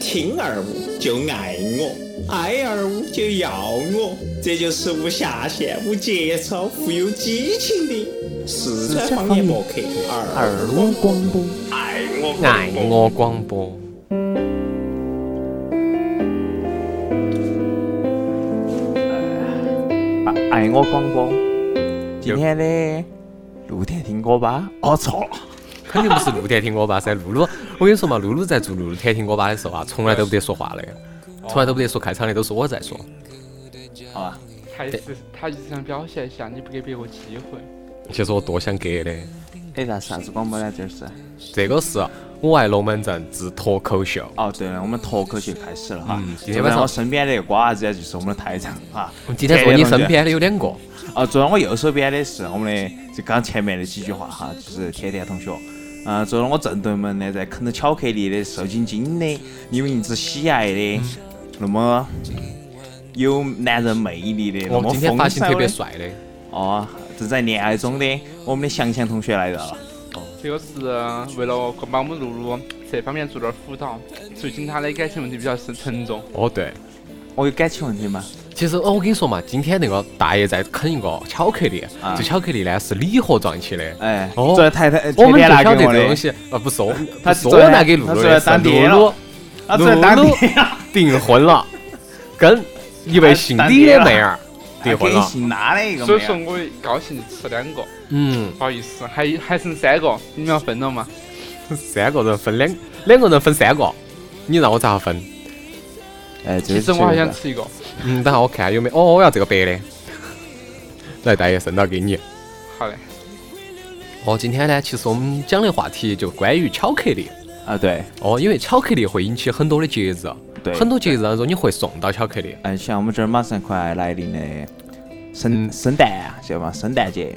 听二五就爱我，爱二五就要我，这就是无下限、无节操、富有激情的四川方言博客二五广播，爱我爱我广播。啊爱我广播。今天的露天听歌吧，哦错，肯定不是露天听歌吧噻，露露，我跟你说嘛，露露在做露天听歌吧的时候啊，从来都不得说话的，哦从来都不得说开场的，都是我在说。好吧，他一直他一直想表现一下，你不给别个机会。其实我多想给的，哎，那啥子广播呢？这是？这个是我爱龙门阵之脱口秀。哦，对了，我们脱口秀开始了哈嗯。今昨天晚上我身边的那个瓜娃子呢，就是我们的台长哈。我们今天说你身边的有两个，哦，坐在我右手边的是我们的就刚前面的几句话哈，就是甜甜同学。嗯、坐到我正对门的，在啃着巧克力的瘦晶晶的，有银子喜爱嗯的，那么有男人魅力的，哎那我么今天发风型骚特别的，帅的，哦，正在恋爱中的我们的翔翔同学来到了。这个是为了帮我们露露这方面做点辅导，最近她的感情问题比较是沉重。啊哦对。我有感情问题吗？其实哦，我跟你说嘛，今天那个大爷在啃一个巧克力，啊这巧克力呢是礼盒装 起的。哎，哦昨天台台我天们不天拿晓得给这我个东的，西，啊，不是我， 他不是昨我天拿给露他露昨天的，是当爹露露了他啊昨天打啊露你露订婚了，跟一位姓当李爹的了妹 儿订婚给了。姓拉的一个所以妹说儿。我高兴就吃两个，嗯，不好意思，还还剩三个，你们要分了吗？三个人分两，两个人分三个，你让我咋分？哎，其实我还想吃一个，嗯，等下我看下有没有。哦，我要这个白的。来，大爷，伸到给你。好嘞，哦，今天呢，其实我们讲的话题就关于巧克力。啊，对，哦，因为巧克力会引起很多的节日，对很多节日当中你会送到巧克力。嗯，像我们这儿马上快来临的圣嗯圣诞啊，晓得吗？圣诞节，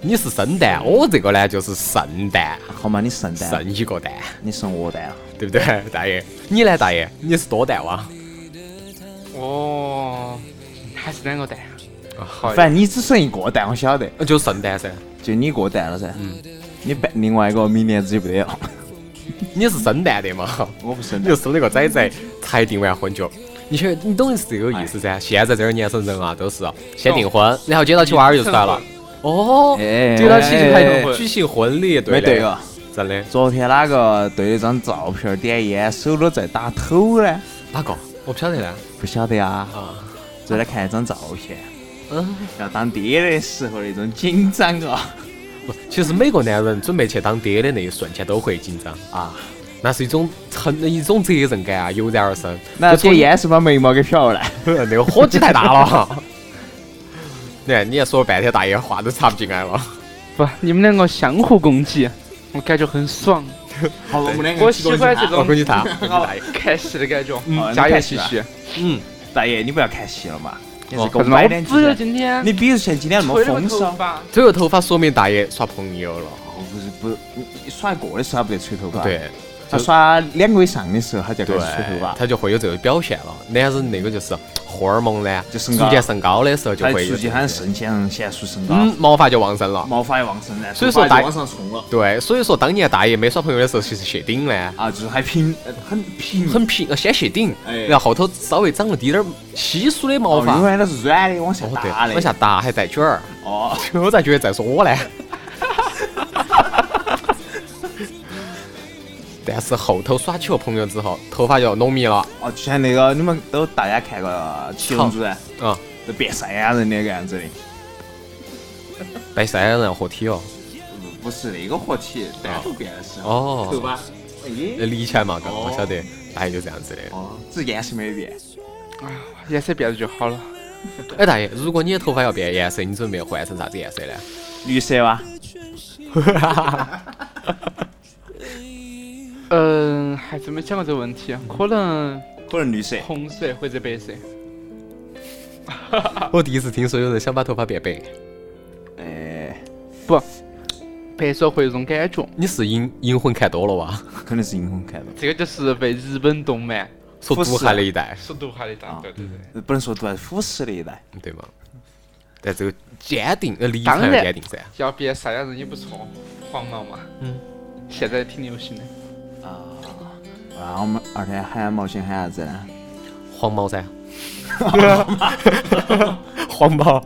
你是生蛋，我这个呢就是圣蛋，好嘛，你圣诞，啊剩一个蛋，你是鹅蛋啊？对不对，大爷？你呢，大爷？你是多蛋哇？哦，还是两个蛋。好反，正你只剩一个蛋，我晓得，呃就圣蛋噻。就你一个蛋了噻。你办另外一个，明年子就不得了。你是生蛋的嘛？我不生 你就生了个崽崽，才订完婚就。你晓得，你懂的是这个意思噻。现在这儿年轻人啊，都是先订婚，然后接到起娃儿就出来了。 哦，哎接到起就哎还哎举行婚礼，对没的对个。真的。昨天哪个对了张照片儿点烟，手都在打抖呢？哪个？我不晓得呢。不晓得啊，啊，昨天看一张照片，嗯，要当爹的时候那种紧张啊不，其实每个男人准备去当爹的那一瞬间都会紧张，啊！那是一种很一种责任感啊，油然而生。 那就从点烟是把眉毛给瞟了。那个火气太大了。 你看，你还说了半天，大爷话都插不进来 了。不，你们两个相互攻击，我感觉很爽，好，我们两我喜欢这我种恭喜他，恭喜大爷。看戏的感觉。好加你油，看戏继吧续。嗯，大爷，你不要看戏了嘛，你哦是给我我买点只有剧情。今天你比如像今天那么吹了风个头骚，发，这个头发说明大爷耍朋友了。哦不是不是，你你耍一个的时候他不得吹头发，，对他耍两个以上的时候他就开对始吹头，发，他就会有这个表现了。男人那个就是荷尔蒙呢，就升高逐渐升高的时候就他会出有去喊圣贤贤淑身高，嗯，毛发就旺盛了。毛发也旺盛了，所以头发说大就往上冲了对，所以说当年大爷没耍朋友的时候，其实谢顶呢，啊，就是还平呃很平，很平，呃先谢顶，哎然后后头稍微长了滴点儿稀疏的毛哦发永，远都是软的往下哦对，打的，往下打还带卷 儿，哦，我咋觉得在说我 呢？但是后头耍起了朋友之后，头发就浓密了，哦，就像那个你们都大家看过《七龙珠》噻，啊、都变赛亚人那个样子的，白山人合体哦，不不是那个合体，单独变的时候，哦头发，呃哎，理起来嘛，哥，哦我晓得，大爷就这样子的。哦，只颜色没变，颜色变了就好了。哎，大爷，如果你的头发要变颜色，你准备换成啥子颜色呢？绿色哇，嗯，还真没想过这个问题，啊可能可能绿色，红色或者白色。我第一次听说有人想把头发变白，哎，白色会有种感觉，你是银银魂看多了哇？可能是银魂看的。这个就是被日本动漫说不是毒害了一代，所毒害的蛋啊对对对。不能说断腐蚀的一代，对吗？但这个坚定，呃，立当场要然坚定噻。要变赛亚人也不错，黄毛嘛。嗯。现在挺流行的，啊，那我们二天喊毛线喊啥子呢？黄毛 噻，黄毛，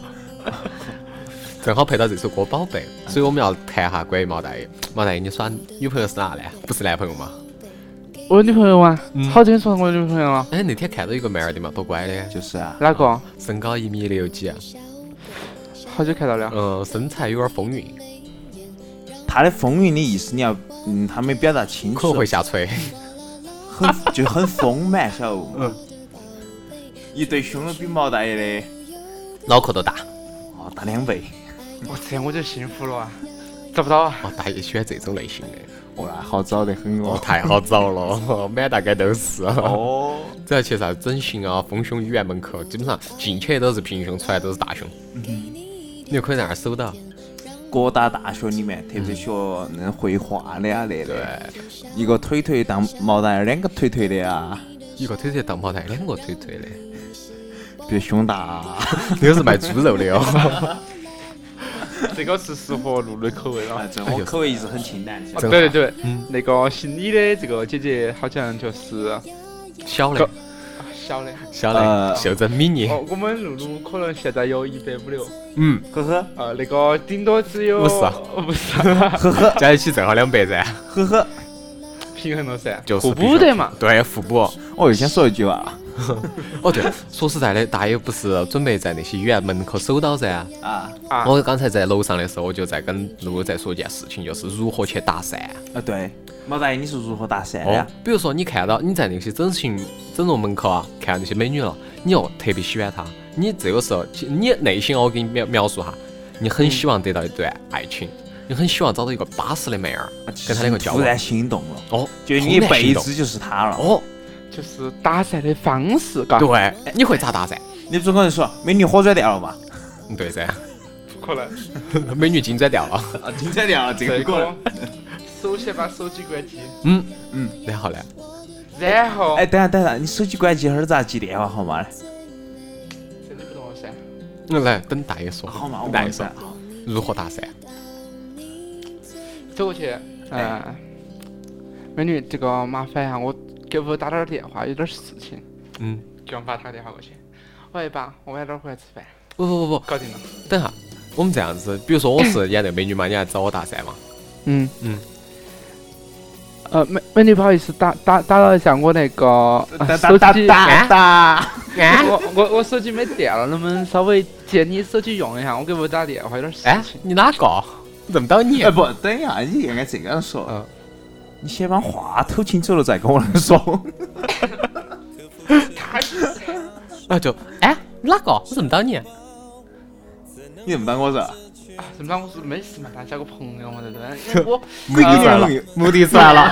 正好配到这首歌《宝贝》，所以我们要谈下关于毛大爷。毛大爷，你耍女朋友是哪呢？不是男朋友吗？我有女朋友啊，好久没说我有女朋友了。啊哎，那天看到一个妹儿的嘛，多乖的，就是啊，哪个？身高一米六几，啊好久看到了。嗯，身材有点风 韵，他的风韵的意思你要，嗯，他没表达清可能楚会，下垂。很就很丰满，晓得不？一对胸都比毛大爷的 脑壳都大。哦大两倍，我天，我就幸福了啊，找不到啊。哦，大爷喜欢这种类型的，哇，好早得很 哦，哦。太好找了， 满大街都是。啊哦，只要去啥子整形啊、丰胸医院门口，基本上进去都是平胸，出来都是大胸。你又可以在那儿搜到，各大大学里面，特别学那种绘画的啊那的，一个腿腿当毛大爷，两个腿腿的啊，一个腿腿当炮台，两个腿腿 的，比如胸大啊。那个是卖猪肉的哦。这个是适合露露的口味了。啊 哎这我口味一直很清淡。啊正对对对，那个姓李的这个姐姐好像就是 小的狗，小的。 小呃的，袖珍迷你，哦，我们露露可能现在有一百五六，嗯，呵呵呃，那个顶多只有五十啊哦不是 啊，加一起正好两百噻，呵呵，平衡了噻，就是互必须补的嘛。对，互补。我又想说一句啊哦对，说实在的，大爷不是准备在那些医院门口搜到噻。啊啊我刚才在楼上的时候，我就在跟露露在说一件事情，就是如何去搭讪。啊对，毛大爷你是如何搭讪的哦呀？，比如说你看到你在那些整形整容门口啊，看到那些美女了，你又特别喜欢她，你这个时候，其你内心啊我给你描描述哈，你很希望得到一段爱情，你很希望找到一个巴适的妹儿，哦跟她两个交突往然。心动了，哦，就你一怦然心辈动子就是他了。哦，就是搭讪的方式，嘎，对，你会咋搭讪？你总可能说美女火转掉了嘛？嗯对 噻，不可能。美女金转掉了。啊，停转掉了，这这个，首先把手机关机，嗯嗯，然后呢？然后哎，等下等下，你手机关机，一会儿咋啊记电话号码呢？这里不懂噻。嗯来等大爷说，号码我大忘爷记说了。如何搭讪？走过去，嗯，美女，这个麻烦一下，我给我打点儿电话，有点事情，嗯，就想把打电话过去。喂，爸，我晚点儿回来吃饭，不不不搞定了。不，等下，我们这样子，比如说我是演那美女嘛，你来找我搭讪嘛？嗯嗯。呃，美美女，不好意思，打打打扰一下，我那个呃哒手哒机，哒哎哒，我我我手机没电了，能不能稍微借你手机用一下？我给我打电话，有点事哎情，。你哪个？我认不到你哎。不，等一下，你应该这样说嗯。你先把话抖清楚了再跟我来 说。然后就哎，哪个？我认不到你。你认不当我是吧？啊，怎么着？我是没事嘛，他交个朋友嘛，对 不对？因为我目的出来了，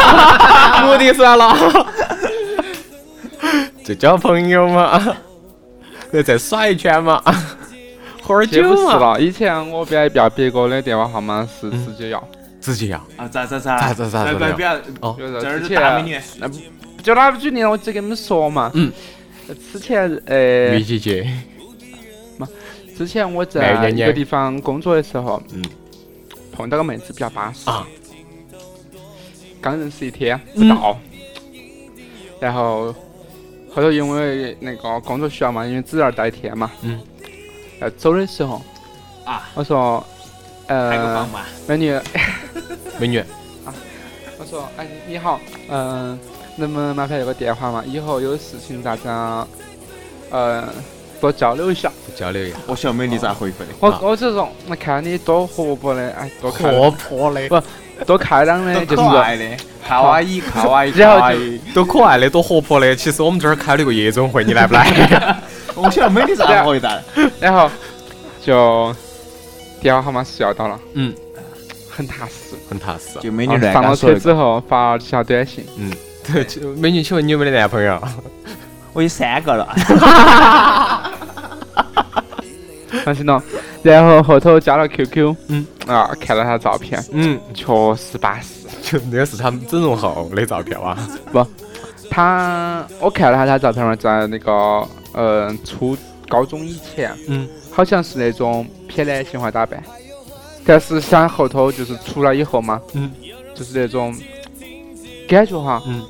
目的出来了， 目的出来 了，就交朋友嘛， 那再耍一圈嘛， 喝点这不酒是嘛，了，以前我不要要别个的电话号码是直接要，直接要。啊，咋咋咋咋咋咋不咋不要，哦就这是儿之是大美前女，那不就拿举例，我直接跟你们说嘛。嗯。之前呃于，姐姐，之前我美在人一尖个地方工作的时候，嗯，碰到个妹子比较巴适啊，刚认识一天不嗯到，然后后头因为那个工作需要嘛，因为只在那儿待一天嘛，嗯，要走的时候啊，我说，开个呃房，嘛。美女，美女，我说，哎，你好，嗯、能不能麻烦要个电话嘛？以后有事情大家，呃，多交流一下。交流一下，我小美你咋回复的？我、啊我这种，我看你多活泼的，哎，多开活泼的，多开朗的，哎就多是可爱的，卡哇伊卡哇伊然后卡哇就伊。多可爱的，多活泼的。其实我们这儿开了个夜总会，你来不 来？我小美你咋回答的？然后就电话号码是要到了，嗯，很踏实。很踏实。啊就美然后上了哦车之后发了几条短信，对， 就美女，请问你有没得男朋友？我有三个了。放心了。然后后头加了 QQ，嗯，啊，看了她照片，嗯，确实巴适。就那个是他们整容后的照片啊哇。她，我看了下她照片嘛，在那个嗯、呃初高中以前，嗯，好像是那种偏男性化打扮，但是像后头就是出来以后嘛，嗯，就是那种感觉哈，嗯，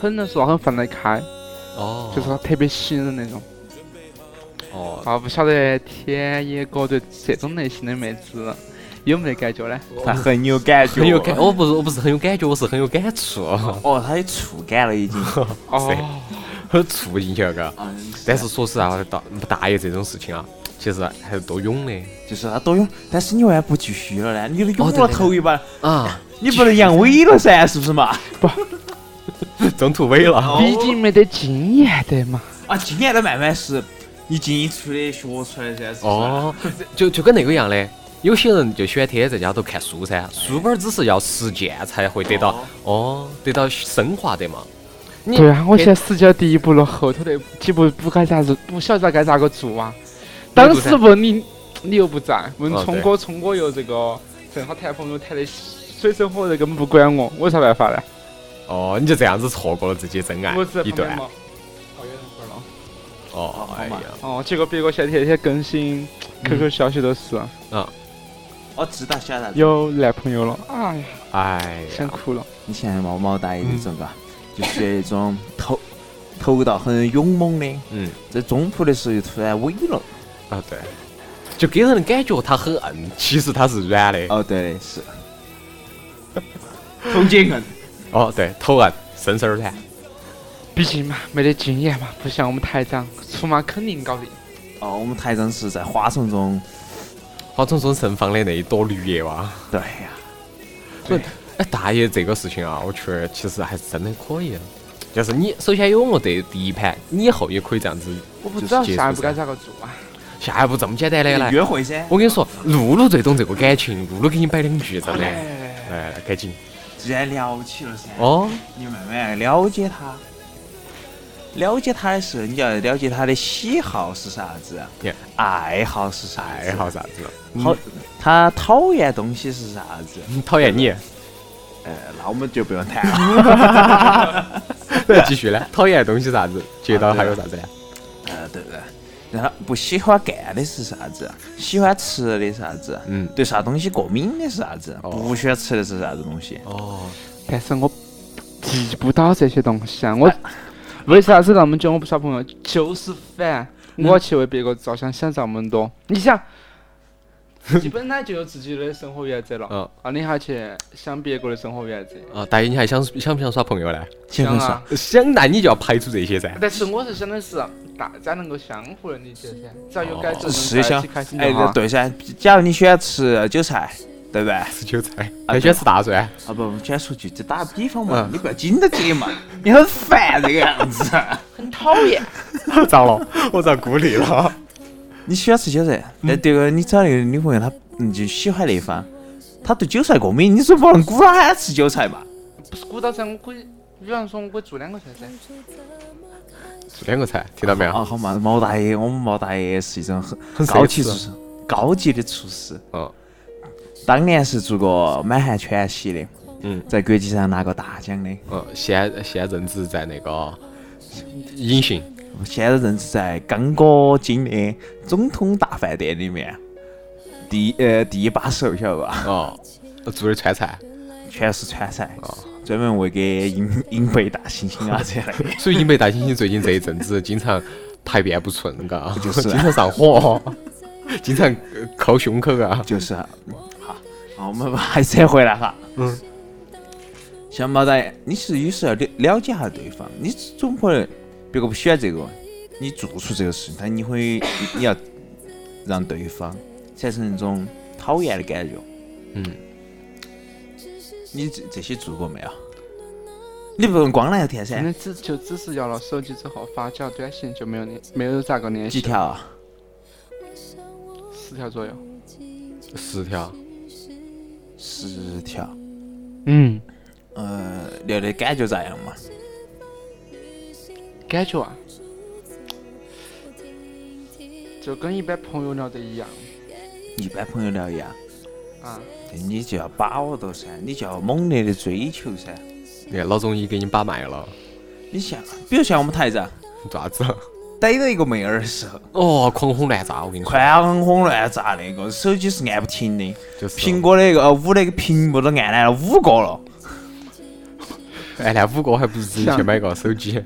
很能说话，很放得开，哦，就是特别吸引人那种。哦，啊，不晓得田野哥对这种类型的妹子有没得感觉呢？他很有感觉，很有感，我不是我不是很有感觉，我是很有感触，哦，他有触感了已经。哦，很促进去那个。但是说实话，大大爷这种事情啊，其实还是多勇的就是他多勇，但是你为啥不继续了呢？你都哦勇对了对头一把， 啊，你不能阳痿了噻，是不是嘛？真突围了。毕竟没得经验的嘛。啊，今年的慢慢是你进出的学出来噻，是不是？哦，就就跟那个一样的，有些人就喜欢天天在家头看书噻，书本儿只是要实践才会得到哦，得到升华的嘛。你对啊，我现在实践第一步了，后头那几步不该咋子，不晓得该咋个做啊。当时问你，你又不在，问哦聪对哥，聪哥又这个正好谈朋友谈的水深火热，根本不管我，我有啥办法呢？哦，你就这样子错过了自己真爱我只在哎一旁边段嘛。哦有人过来了哦，哎呀，哦，结果别个现在天天更新嗯 QQ 消息都是我哦知道晓得。有男朋友了，哎呀，哎想呀，哭了。你像毛毛大爷这种嘎，就是那种投投到很勇猛的，嗯在中途的时候就突然萎了。啊对，就给人的感觉他很硬，其实他是软的。哦，对的，是。头接硬，哦对，头硬，身身儿软。毕竟嘛，没得经验嘛，不像我们台长出马肯定搞定。哦，我们台长是在花丛中，花丛中盛放的那一朵绿叶哇。对呀、不，哎，大爷这个事情啊，我觉得其实还是真的可以的。就是你首先有我这第一盘，你以后也可以这样子。我不就知是道接下一触步噻该咋个做啊。下一步这么简单的哎来，哦约会噻。我跟你说，露露最懂这个感情，露露给你摆两句，真的。来来来来来来，赶紧。既然聊起了噻，哦，你慢慢了解他。了解他的时候，你就要了解他的喜好是啥子 Yeah 爱好是啥子，哎爱好啥子？好，他讨厌东西是啥子？嗯讨厌你， 呃，那我们就不用谈了。继续来。讨厌的东西啥子？觉得还有啥子呢？呃，对不对？ 然后不喜欢干的是啥子？喜欢吃的是啥子？嗯对啥东西过敏的是啥子？哦不喜欢吃的是啥子东西？哦，但是我记不到这些东西啊，哎我为啥子那么久我不耍朋友？就是烦，嗯我要去为别个着想，想这么多。你想，自己本来就有自己的生活原则了，哦嗯啊，你还去想别个的生活原则？啊，大爷，你还想想不想耍朋友呢？请想分啊说，，想，那你就要排除这些噻。 但是我是想的是大家能够相互的理解噻，只要有感情，哦是哦能在一想起开心哎就好，。对噻。假如你喜欢吃韭菜，对不对？吃韭菜，啊还喜欢吃大蒜。啊不，先说句，这打个比方嘛嗯，你不要紧到这嘛，你很烦这个样子。很讨厌。 糟了， 我遭孤立了。你喜欢吃韭菜，但这嗯哎个你找那个女朋友，她嗯就喜欢那一方，她对韭菜过敏，你总不能鼓她吃韭菜吧？不是鼓捣噻，我可以，比方说我可以做两个菜噻。做两个菜，听到没有？啊，好嘛，毛大爷，我们毛大爷是一种很很高奢级侈厨师，高级的厨师，嗯当年是做过满汉全席的，嗯在国际上拿过大奖的，嗯，现在现在任职在那个银杏。现在任职在刚果金的总统大饭店里面。第呃第八手晓得吧？哦，做的川菜，全是川菜，专门为给英英北大猩猩啊这样的。所以英北大猩猩最近这一阵子经常排便不顺，嘎，就是经常上火， 经常呃抠胸口，嘎。就是啊，好，好，我们还扯回来哈。嗯。像毛大爷，你是有时候要了了解下对方，你总不能别个不喜欢这个，你做出这个事情，但你会你你要让对方产生一种讨厌的感觉。嗯，你这这些做过没有？你不能光聊天真噻，的只就只是有了手机之后发条短信就没有联没有咋个联几系，条啊？十条左右。十条，十条。嗯，呃，聊的感觉咋样嘛？感觉啊，就跟一般朋友聊的一样一般朋友聊一样，啊。但你就要把握到噻，你就要猛烈的追求噻。你看老中医给你把脉了，你像，比如像我们台长爪子？逮到一个妹儿的时候，哦，狂轰乱炸，我跟你说，狂轰乱炸那个，手机是按不停的，就是苹果那个呃五那个屏幕都按烂了五个了，哎，那五个还不如自己去像买个手机。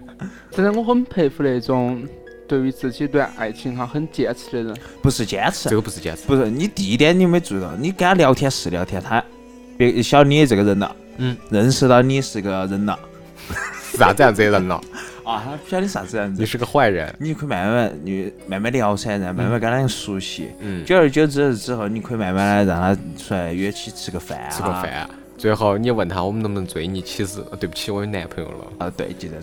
真的，我很佩服那种对于自己对爱情哈很坚持的人。不是坚持这，个不是坚持，不是你第一点你没注意到，你跟他聊天是聊天，他别晓得你这个人了，嗯，认识到你是个人了是啥子样子的 人了？啊，他不晓得你啥子样子你，是个坏人。你可以慢慢你慢慢聊噻，然后慢慢跟他熟悉，嗯久而久之之后，你可以慢慢的让他出来约起吃个饭啊，吃个饭。最后你问他我们能不能追你，其实呃对不起，我有男朋友了。啊，对，记得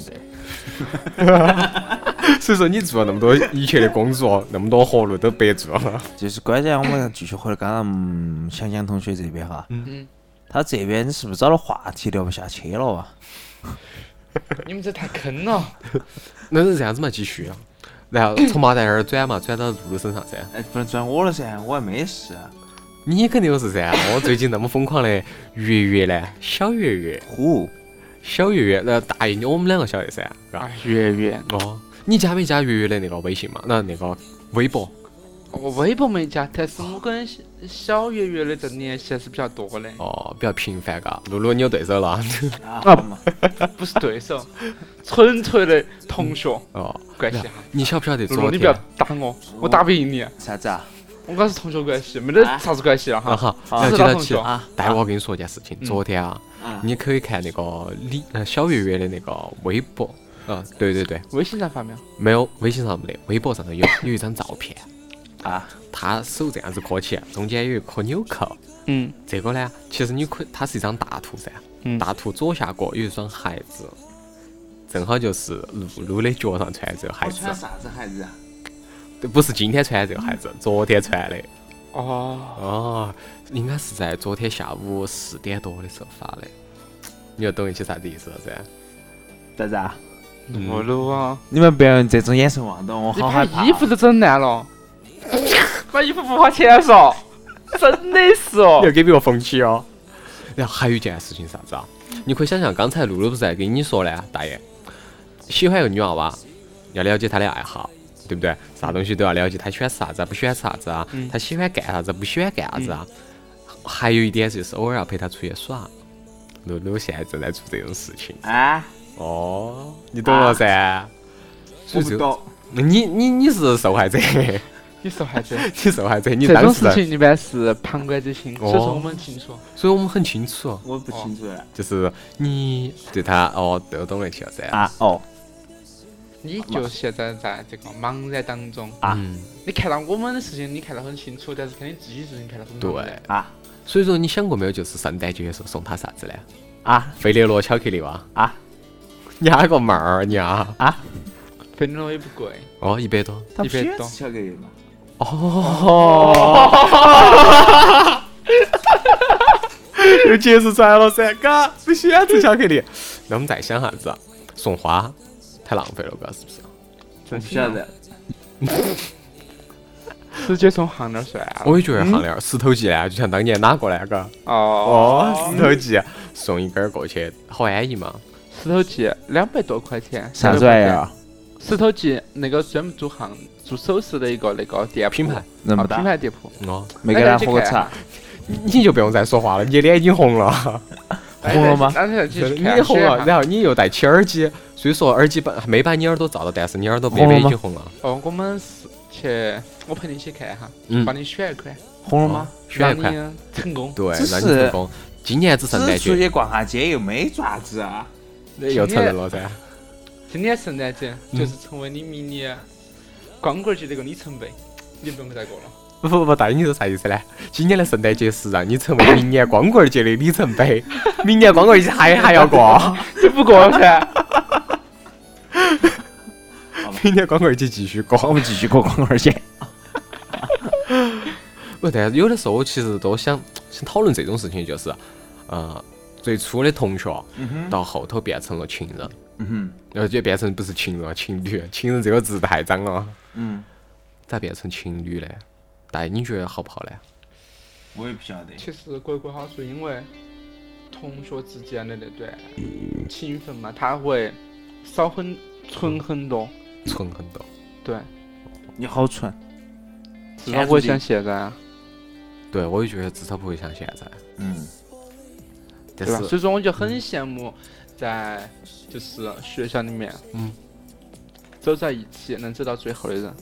对。 所以说你做了那么多一切的工作，那么多活路都白做了。就是关键，我们继续回到刚刚嗯想想同学这边哈，嗯，他这边是不是找到话题聊不下去了啊？你们这太坑了！那是这样子嘛，继续啊。然后从麻袋那儿转嘛，转到露露身上噻。哎，不能转我了噻，我还没事啊。你肯定有事噻。我最近那么疯狂的月月呢，小月月，呼，小月月，那大一我们两个晓得噻，是吧？哎，月月，哦，你加没加月月的那个微信嘛？那那个微博？我微博没加，但是我跟小小月月的这联系还是比较多的，哦，比较频繁嘎。露露，你有对手了？ 啊嘛，哦不是对手，纯粹的同学哦，关系哈。你晓不晓得露露，昨你不要天？打我，我打不赢你。啥子啊？我跟是同学关系，没得啥子关系了啊哈。哈，好然后知接道到同起学啊，嗯啊但我要跟你说一件事情，昨天啊，啊你可以看那个李呃小月月的那个微博，嗯啊，对对对，微信上发没有？没有微信上没得，微博上头 有有一张照片，啊，她手这样子磕起，中间有一颗纽扣。嗯这个呢，其实你可以它是一张大图噻，嗯大图左下角有一双鞋子，正好就是露露的脚上穿这个哦鞋子，啥子鞋子啊？对不是今天穿这个鞋子，昨天穿的。哦，哦，应该是在昨天下午四点多的时候发的，你就懂一些啥子意思了噻？啥子啊？嗯露露啊，你们不要用这种眼神望到我，你好把害怕。衣服都整烂了， 把衣服不花钱嗦，真的是哦要。给别个缝起哦。然后还有一件事情是啥子啊？你可以想象，刚才露露不是在跟你说呢，大爷，喜欢一个女娃娃，要了解她的爱好，对不对？啥东西都要了解，她喜欢啥子啊，不喜欢啥子啊，她喜欢干啥子，不喜欢干啥子啊。还有一点就是偶尔要陪她出去耍。露露现在正在做这种事情啊，哦，你懂了噻？我所以不就懂。你你你是受害者， 你受害者。你受害者，你这当种事事人，情一般是旁观者清，所以说我们清楚。所以我们很清楚，哦我不清楚了就是你对他哦都懂那些了噻。啊哦你就现在在这个茫然当中，啊嗯，你看到我们的事情，你看得很清楚，但是看你自己事情看得很茫然对。啊嗯所以说你想过没有，就是圣诞节的时候送他啥子呢？啊费列罗巧克力哇！啊！你哈个妹儿你啊！反正我也不贵，哦，一百 多。他你不别喜欢懂吃巧克力嘛？哦，又解释出来了噻，嘎，不喜欢吃巧克力。那我们再想啥子啊？送花太浪费了，嘎，是不是？我不晓得。直接从行那儿算了。我也觉得像那样，石头记呢，就像当年哪个呢，嘎？哦，哦，石头记送一根儿过去，好安逸嘛。石头记两百多块钱，啥子玩意儿啊？石头记那个专门做行做首饰的一个那个店铺品牌，认啊不品到，牌店铺。哦，没给他喝个茶，你就不用再说话了，你脸已经红了，哎红了吗？当然去看你红了，看然后啊你又戴起耳机，所以说耳机把没把你耳朵罩到，但是你耳朵边边已经红了。哦，我们是去，我陪你去看哈，嗯帮，你选一款，红了吗哦？选一让款，你成功。对只，让你是成功。今年子只圣诞是出节去逛下街又没爪子啊。又承认了噻，今年圣诞节嗯就是成为你明年光棍节的一个里程碑，你不用再过了。不不不，大爷你是啥意思呢？今年的圣诞节是让你成为明年光棍节的里程碑，明年光棍节还还要过，这不过噻， 明年光棍节继续过。我们继续过光棍节。不，但是有的时候我其实都想想讨论这种事情，就是，呃，最初的同学到后头变成了情人，嗯然后就变成不是情人了，情侣。啊情人这个字太脏了，哼，嗯，咋变成情侣嘞？但你觉得好不好嘞？我也不晓得。其实过一过好处，因为同学之间的那段嗯情分嘛，它会少很纯很多。纯很多，对，你好蠢，至少不会像现在啊，对我也觉得至少不会像现在，嗯，但对吧？是嗯所以说我就很羡慕在就是学校里面，嗯，走在一起能走到最后的人，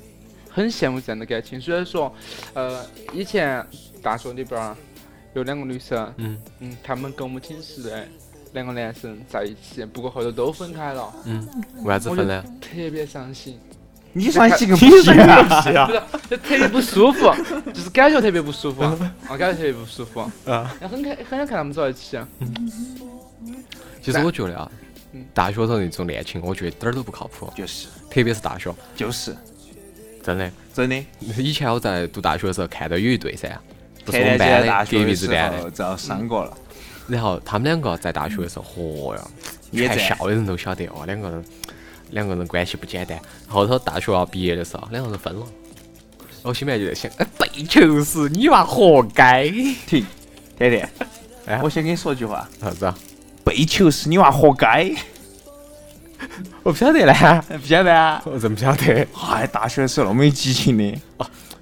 很羡慕这样的感情。虽然说，呃，以前大学里边儿有两个女生，嗯嗯，她们跟我们寝室的两个男生在一起，不过后头都分开了，嗯，为啥子我分就呢？特别伤心。 你伤心个屁啊！不是，就特别不舒服， 就是感觉特别 不舒服，啊，感觉特别不舒服，啊，然后很开很想看他们走在一起，啊其实我觉得啊嗯，大学头那种恋情，我觉得一点儿都不靠谱，就是特别是大学，就是，真的。真的。以前我在读大学的时候看到有一对噻，不是我前们段班在的，大隔学壁的子时班候的，遭伤过了，然后他们两个在大学的时候，嚯哟，也全在校的人都晓得哦，两个人两个人关系不简单。后头大学要毕业的时候，两个人分了。我心里面就在想，哎对，就是你娃活该，停，甜甜，哎我先跟你说句话，啥子啊？被球是你娃活 该，我不晓得呢，不晓得啊？我真不晓得。哎，大学的时候那么有激情的，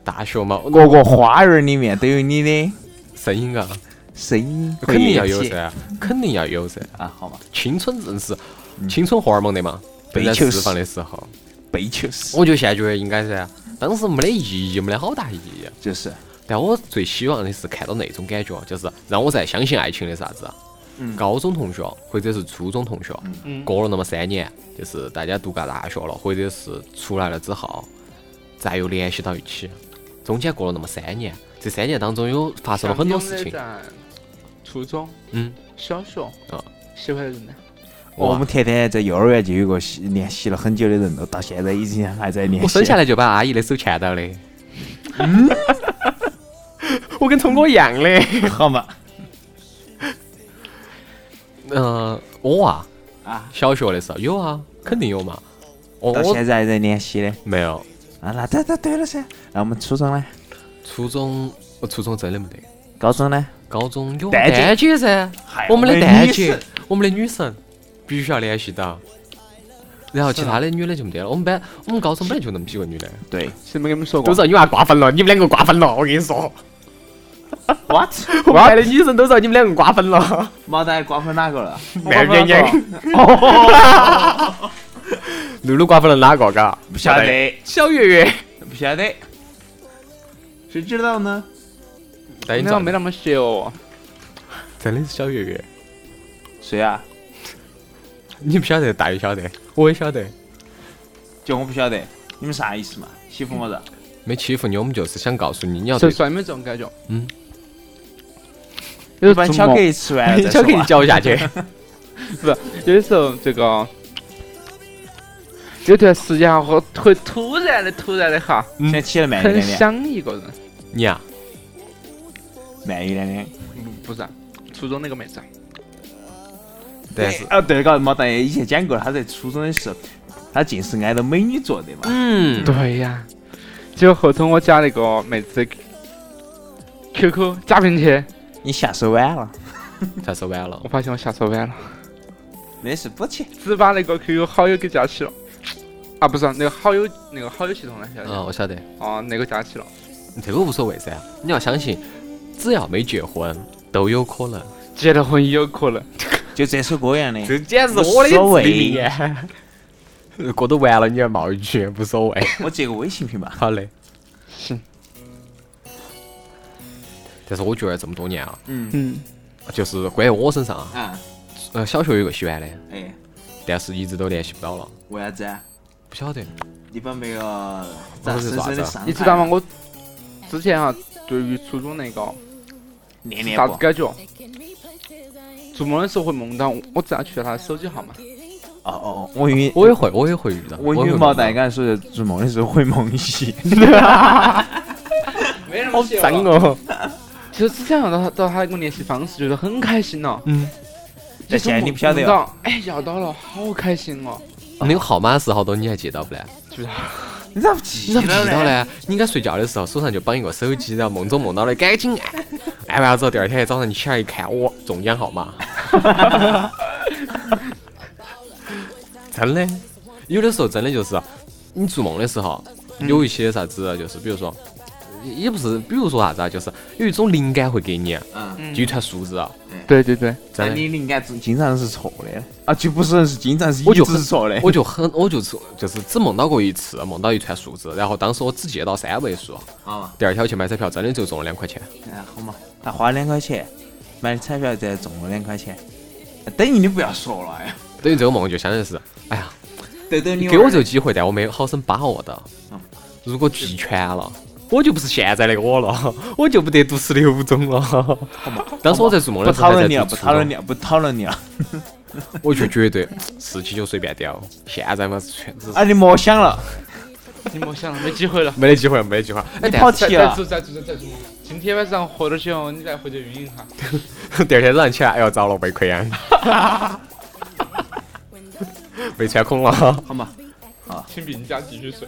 大学嘛，我各个花园里面都有你的声音啊，声音和肯定要有眼睛噻，肯定要有噻。啊，好嘛，青春正是青春荷尔蒙的嘛，正在被求嗯释是放的时候。被球是我觉得现在觉得应该噻，当时没得意义，没得好大意义。就是但我最希望的是看到那种感觉，就是让我再相信爱情的啥子啊，嗯高中同学或者是初中同学，嗯过了那么三年，就是大家读个大学了，或者是出来了之后，再又联系到一起，中间过了那么三年，这三年当中有发生了很多事情，在初中、嗯，小学啊喜欢的人呢，我哇们甜甜在幼儿园就有个喜联系了很久的人了，到现在已经还在联系。我生下来就把阿姨的手牵到的，我跟聪哥一样的，来 好嘛嗯、我啊，啊，小学的时候有啊，肯定有嘛，我到我现在还在联系的没有。啊，那对对对了噻。那我们初中呢？初中，我初中真的没得。高中呢？高中有蛋姐蛋姐噻，哎我们的蛋姐，我们的女神必须要联系到。然后其他的女的就没得了。我们班，我们高中本来就那么几个女的，对前面跟你们说 都过让你娃瓜分了，你们两个瓜分了。我跟你说， ，what？ 我们班的女生都让你们两个瓜分 了。毛蛋瓜分哪个了？那娘娘， 露露瓜分了哪个？嘎，不晓得，小月月，不晓得，谁知道呢？ 但你那个没那么邪哦，真的是小月月，谁啊？你不晓得，大鱼晓得，我也晓得，就我不晓得，你们啥意思嘛？欺负我了？没欺负你，我们就是想告诉你，你要就对算你们这种感觉，嗯，有把时候巧克力吃完了再巧说克 力吧。嚼下 去。有的时候这个。有段时间哈，会会突然的、突然的哈，先起了鳗鱼很凉凉，想一个人。你啊，鳗鱼凉凉。不不是，啊初中那个妹子，啊但是，啊，对，嘎，毛蛋以前讲过了，他在初中的时候，他竟是挨到美女坐的嘛。嗯，对呀，结果后头我加那个妹子的 QQ 加进去，你下手晚了，啥时候完了我？发现我下手晚了，没事，不去。只把那个 QQ 好友给加起了。啊，不是那个好友，那个好友系统来下去嗯，我晓得，哦，那个加起了。这个无所谓噻。你要相信，只要没结婚，都有可能。结了婚也有可能，就这首歌一样的，简直是我的无所谓致命 歌都完了，你还冒一句，无所谓。 我截个微信屏吧。好嘞。 行。但是我觉得这么多年啊，嗯嗯，就是关于我身上啊，啊，呃，小学有个喜欢的，哎，但是一直都联系不到了，为啥子啊？不晓得。你把那个咋深深的伤害你知道吗？？我之前啊，对于初中那个念是念啥子不感觉？做梦的时候会梦到我我正要去他的手机号码，哦哦，哦我以为我也会，我也会遇到。我以也为会毛梦到蛋刚才说的做梦的时候会梦遗， 没人好啊脏哦。 其实之前找到到他那个联系方式，觉得很开心了。嗯。就但是现在你梦不晓得梦哦到，哎，要到了，好开心哦！那个号码是好多，你还记到不呢？你咋不记你咋不记到？呢？你应该睡觉的时候手上就绑一个手机，然后梦中梦到的，赶紧按。按完了之后，第二天早上你起来一看，我中奖号码。 真的，啊嗯有的时候真的就是你做梦的时候，有一些啥子，就是比如说也不是，比如说啥子啊，就是有一种灵感会给你，啊嗯，就一团树枝啊，对对对，真但的，你灵感经常是错的啊，就不是是经常是我一就直是错的。 我就很，我就是就是只梦到过一次，梦到一串树枝，然后当时我只借到三位数，啊，第二天我去买彩票，真的就中了两块钱，哎，好嘛，他花两块钱买的彩票，再中了两块钱，等于你不要说了 呀。等于这个梦就相当于是，哎呀，等等你你给我这个机会，但我没有好生把握的嗯。如果聚全了，我就不是现在那个我了，我就不得读十六中了。当时我在做梦不的时讨候还在论你了，读不初讨论中，你啊了，不讨论你了。我就觉得事情就随便掉。现在嘛，全是啊，你莫想了，你莫想了，没机会了。没得机会，没得机会。哎，你跑但题再了再。做再做再做，今天晚上喝点酒，你再回去晕一下。是第二天早上起来，哎呦，遭了，被溃疡， 被穿孔了。好嘛，请病假继续睡。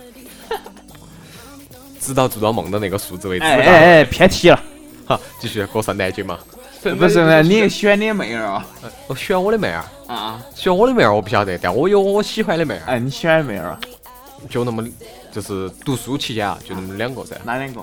直到做到梦的那个数字为止。 哎哎哎，偏题了。好，继续过圣诞节嘛。不 是不是，你喜欢你的妹儿啊？我喜哦欢我的妹儿，啊，喜欢我的妹儿，我不晓得，但我有我喜欢的妹儿。哎，你喜欢妹儿啊？就那么就是读书期间啊，就那么两个噻，哪两个？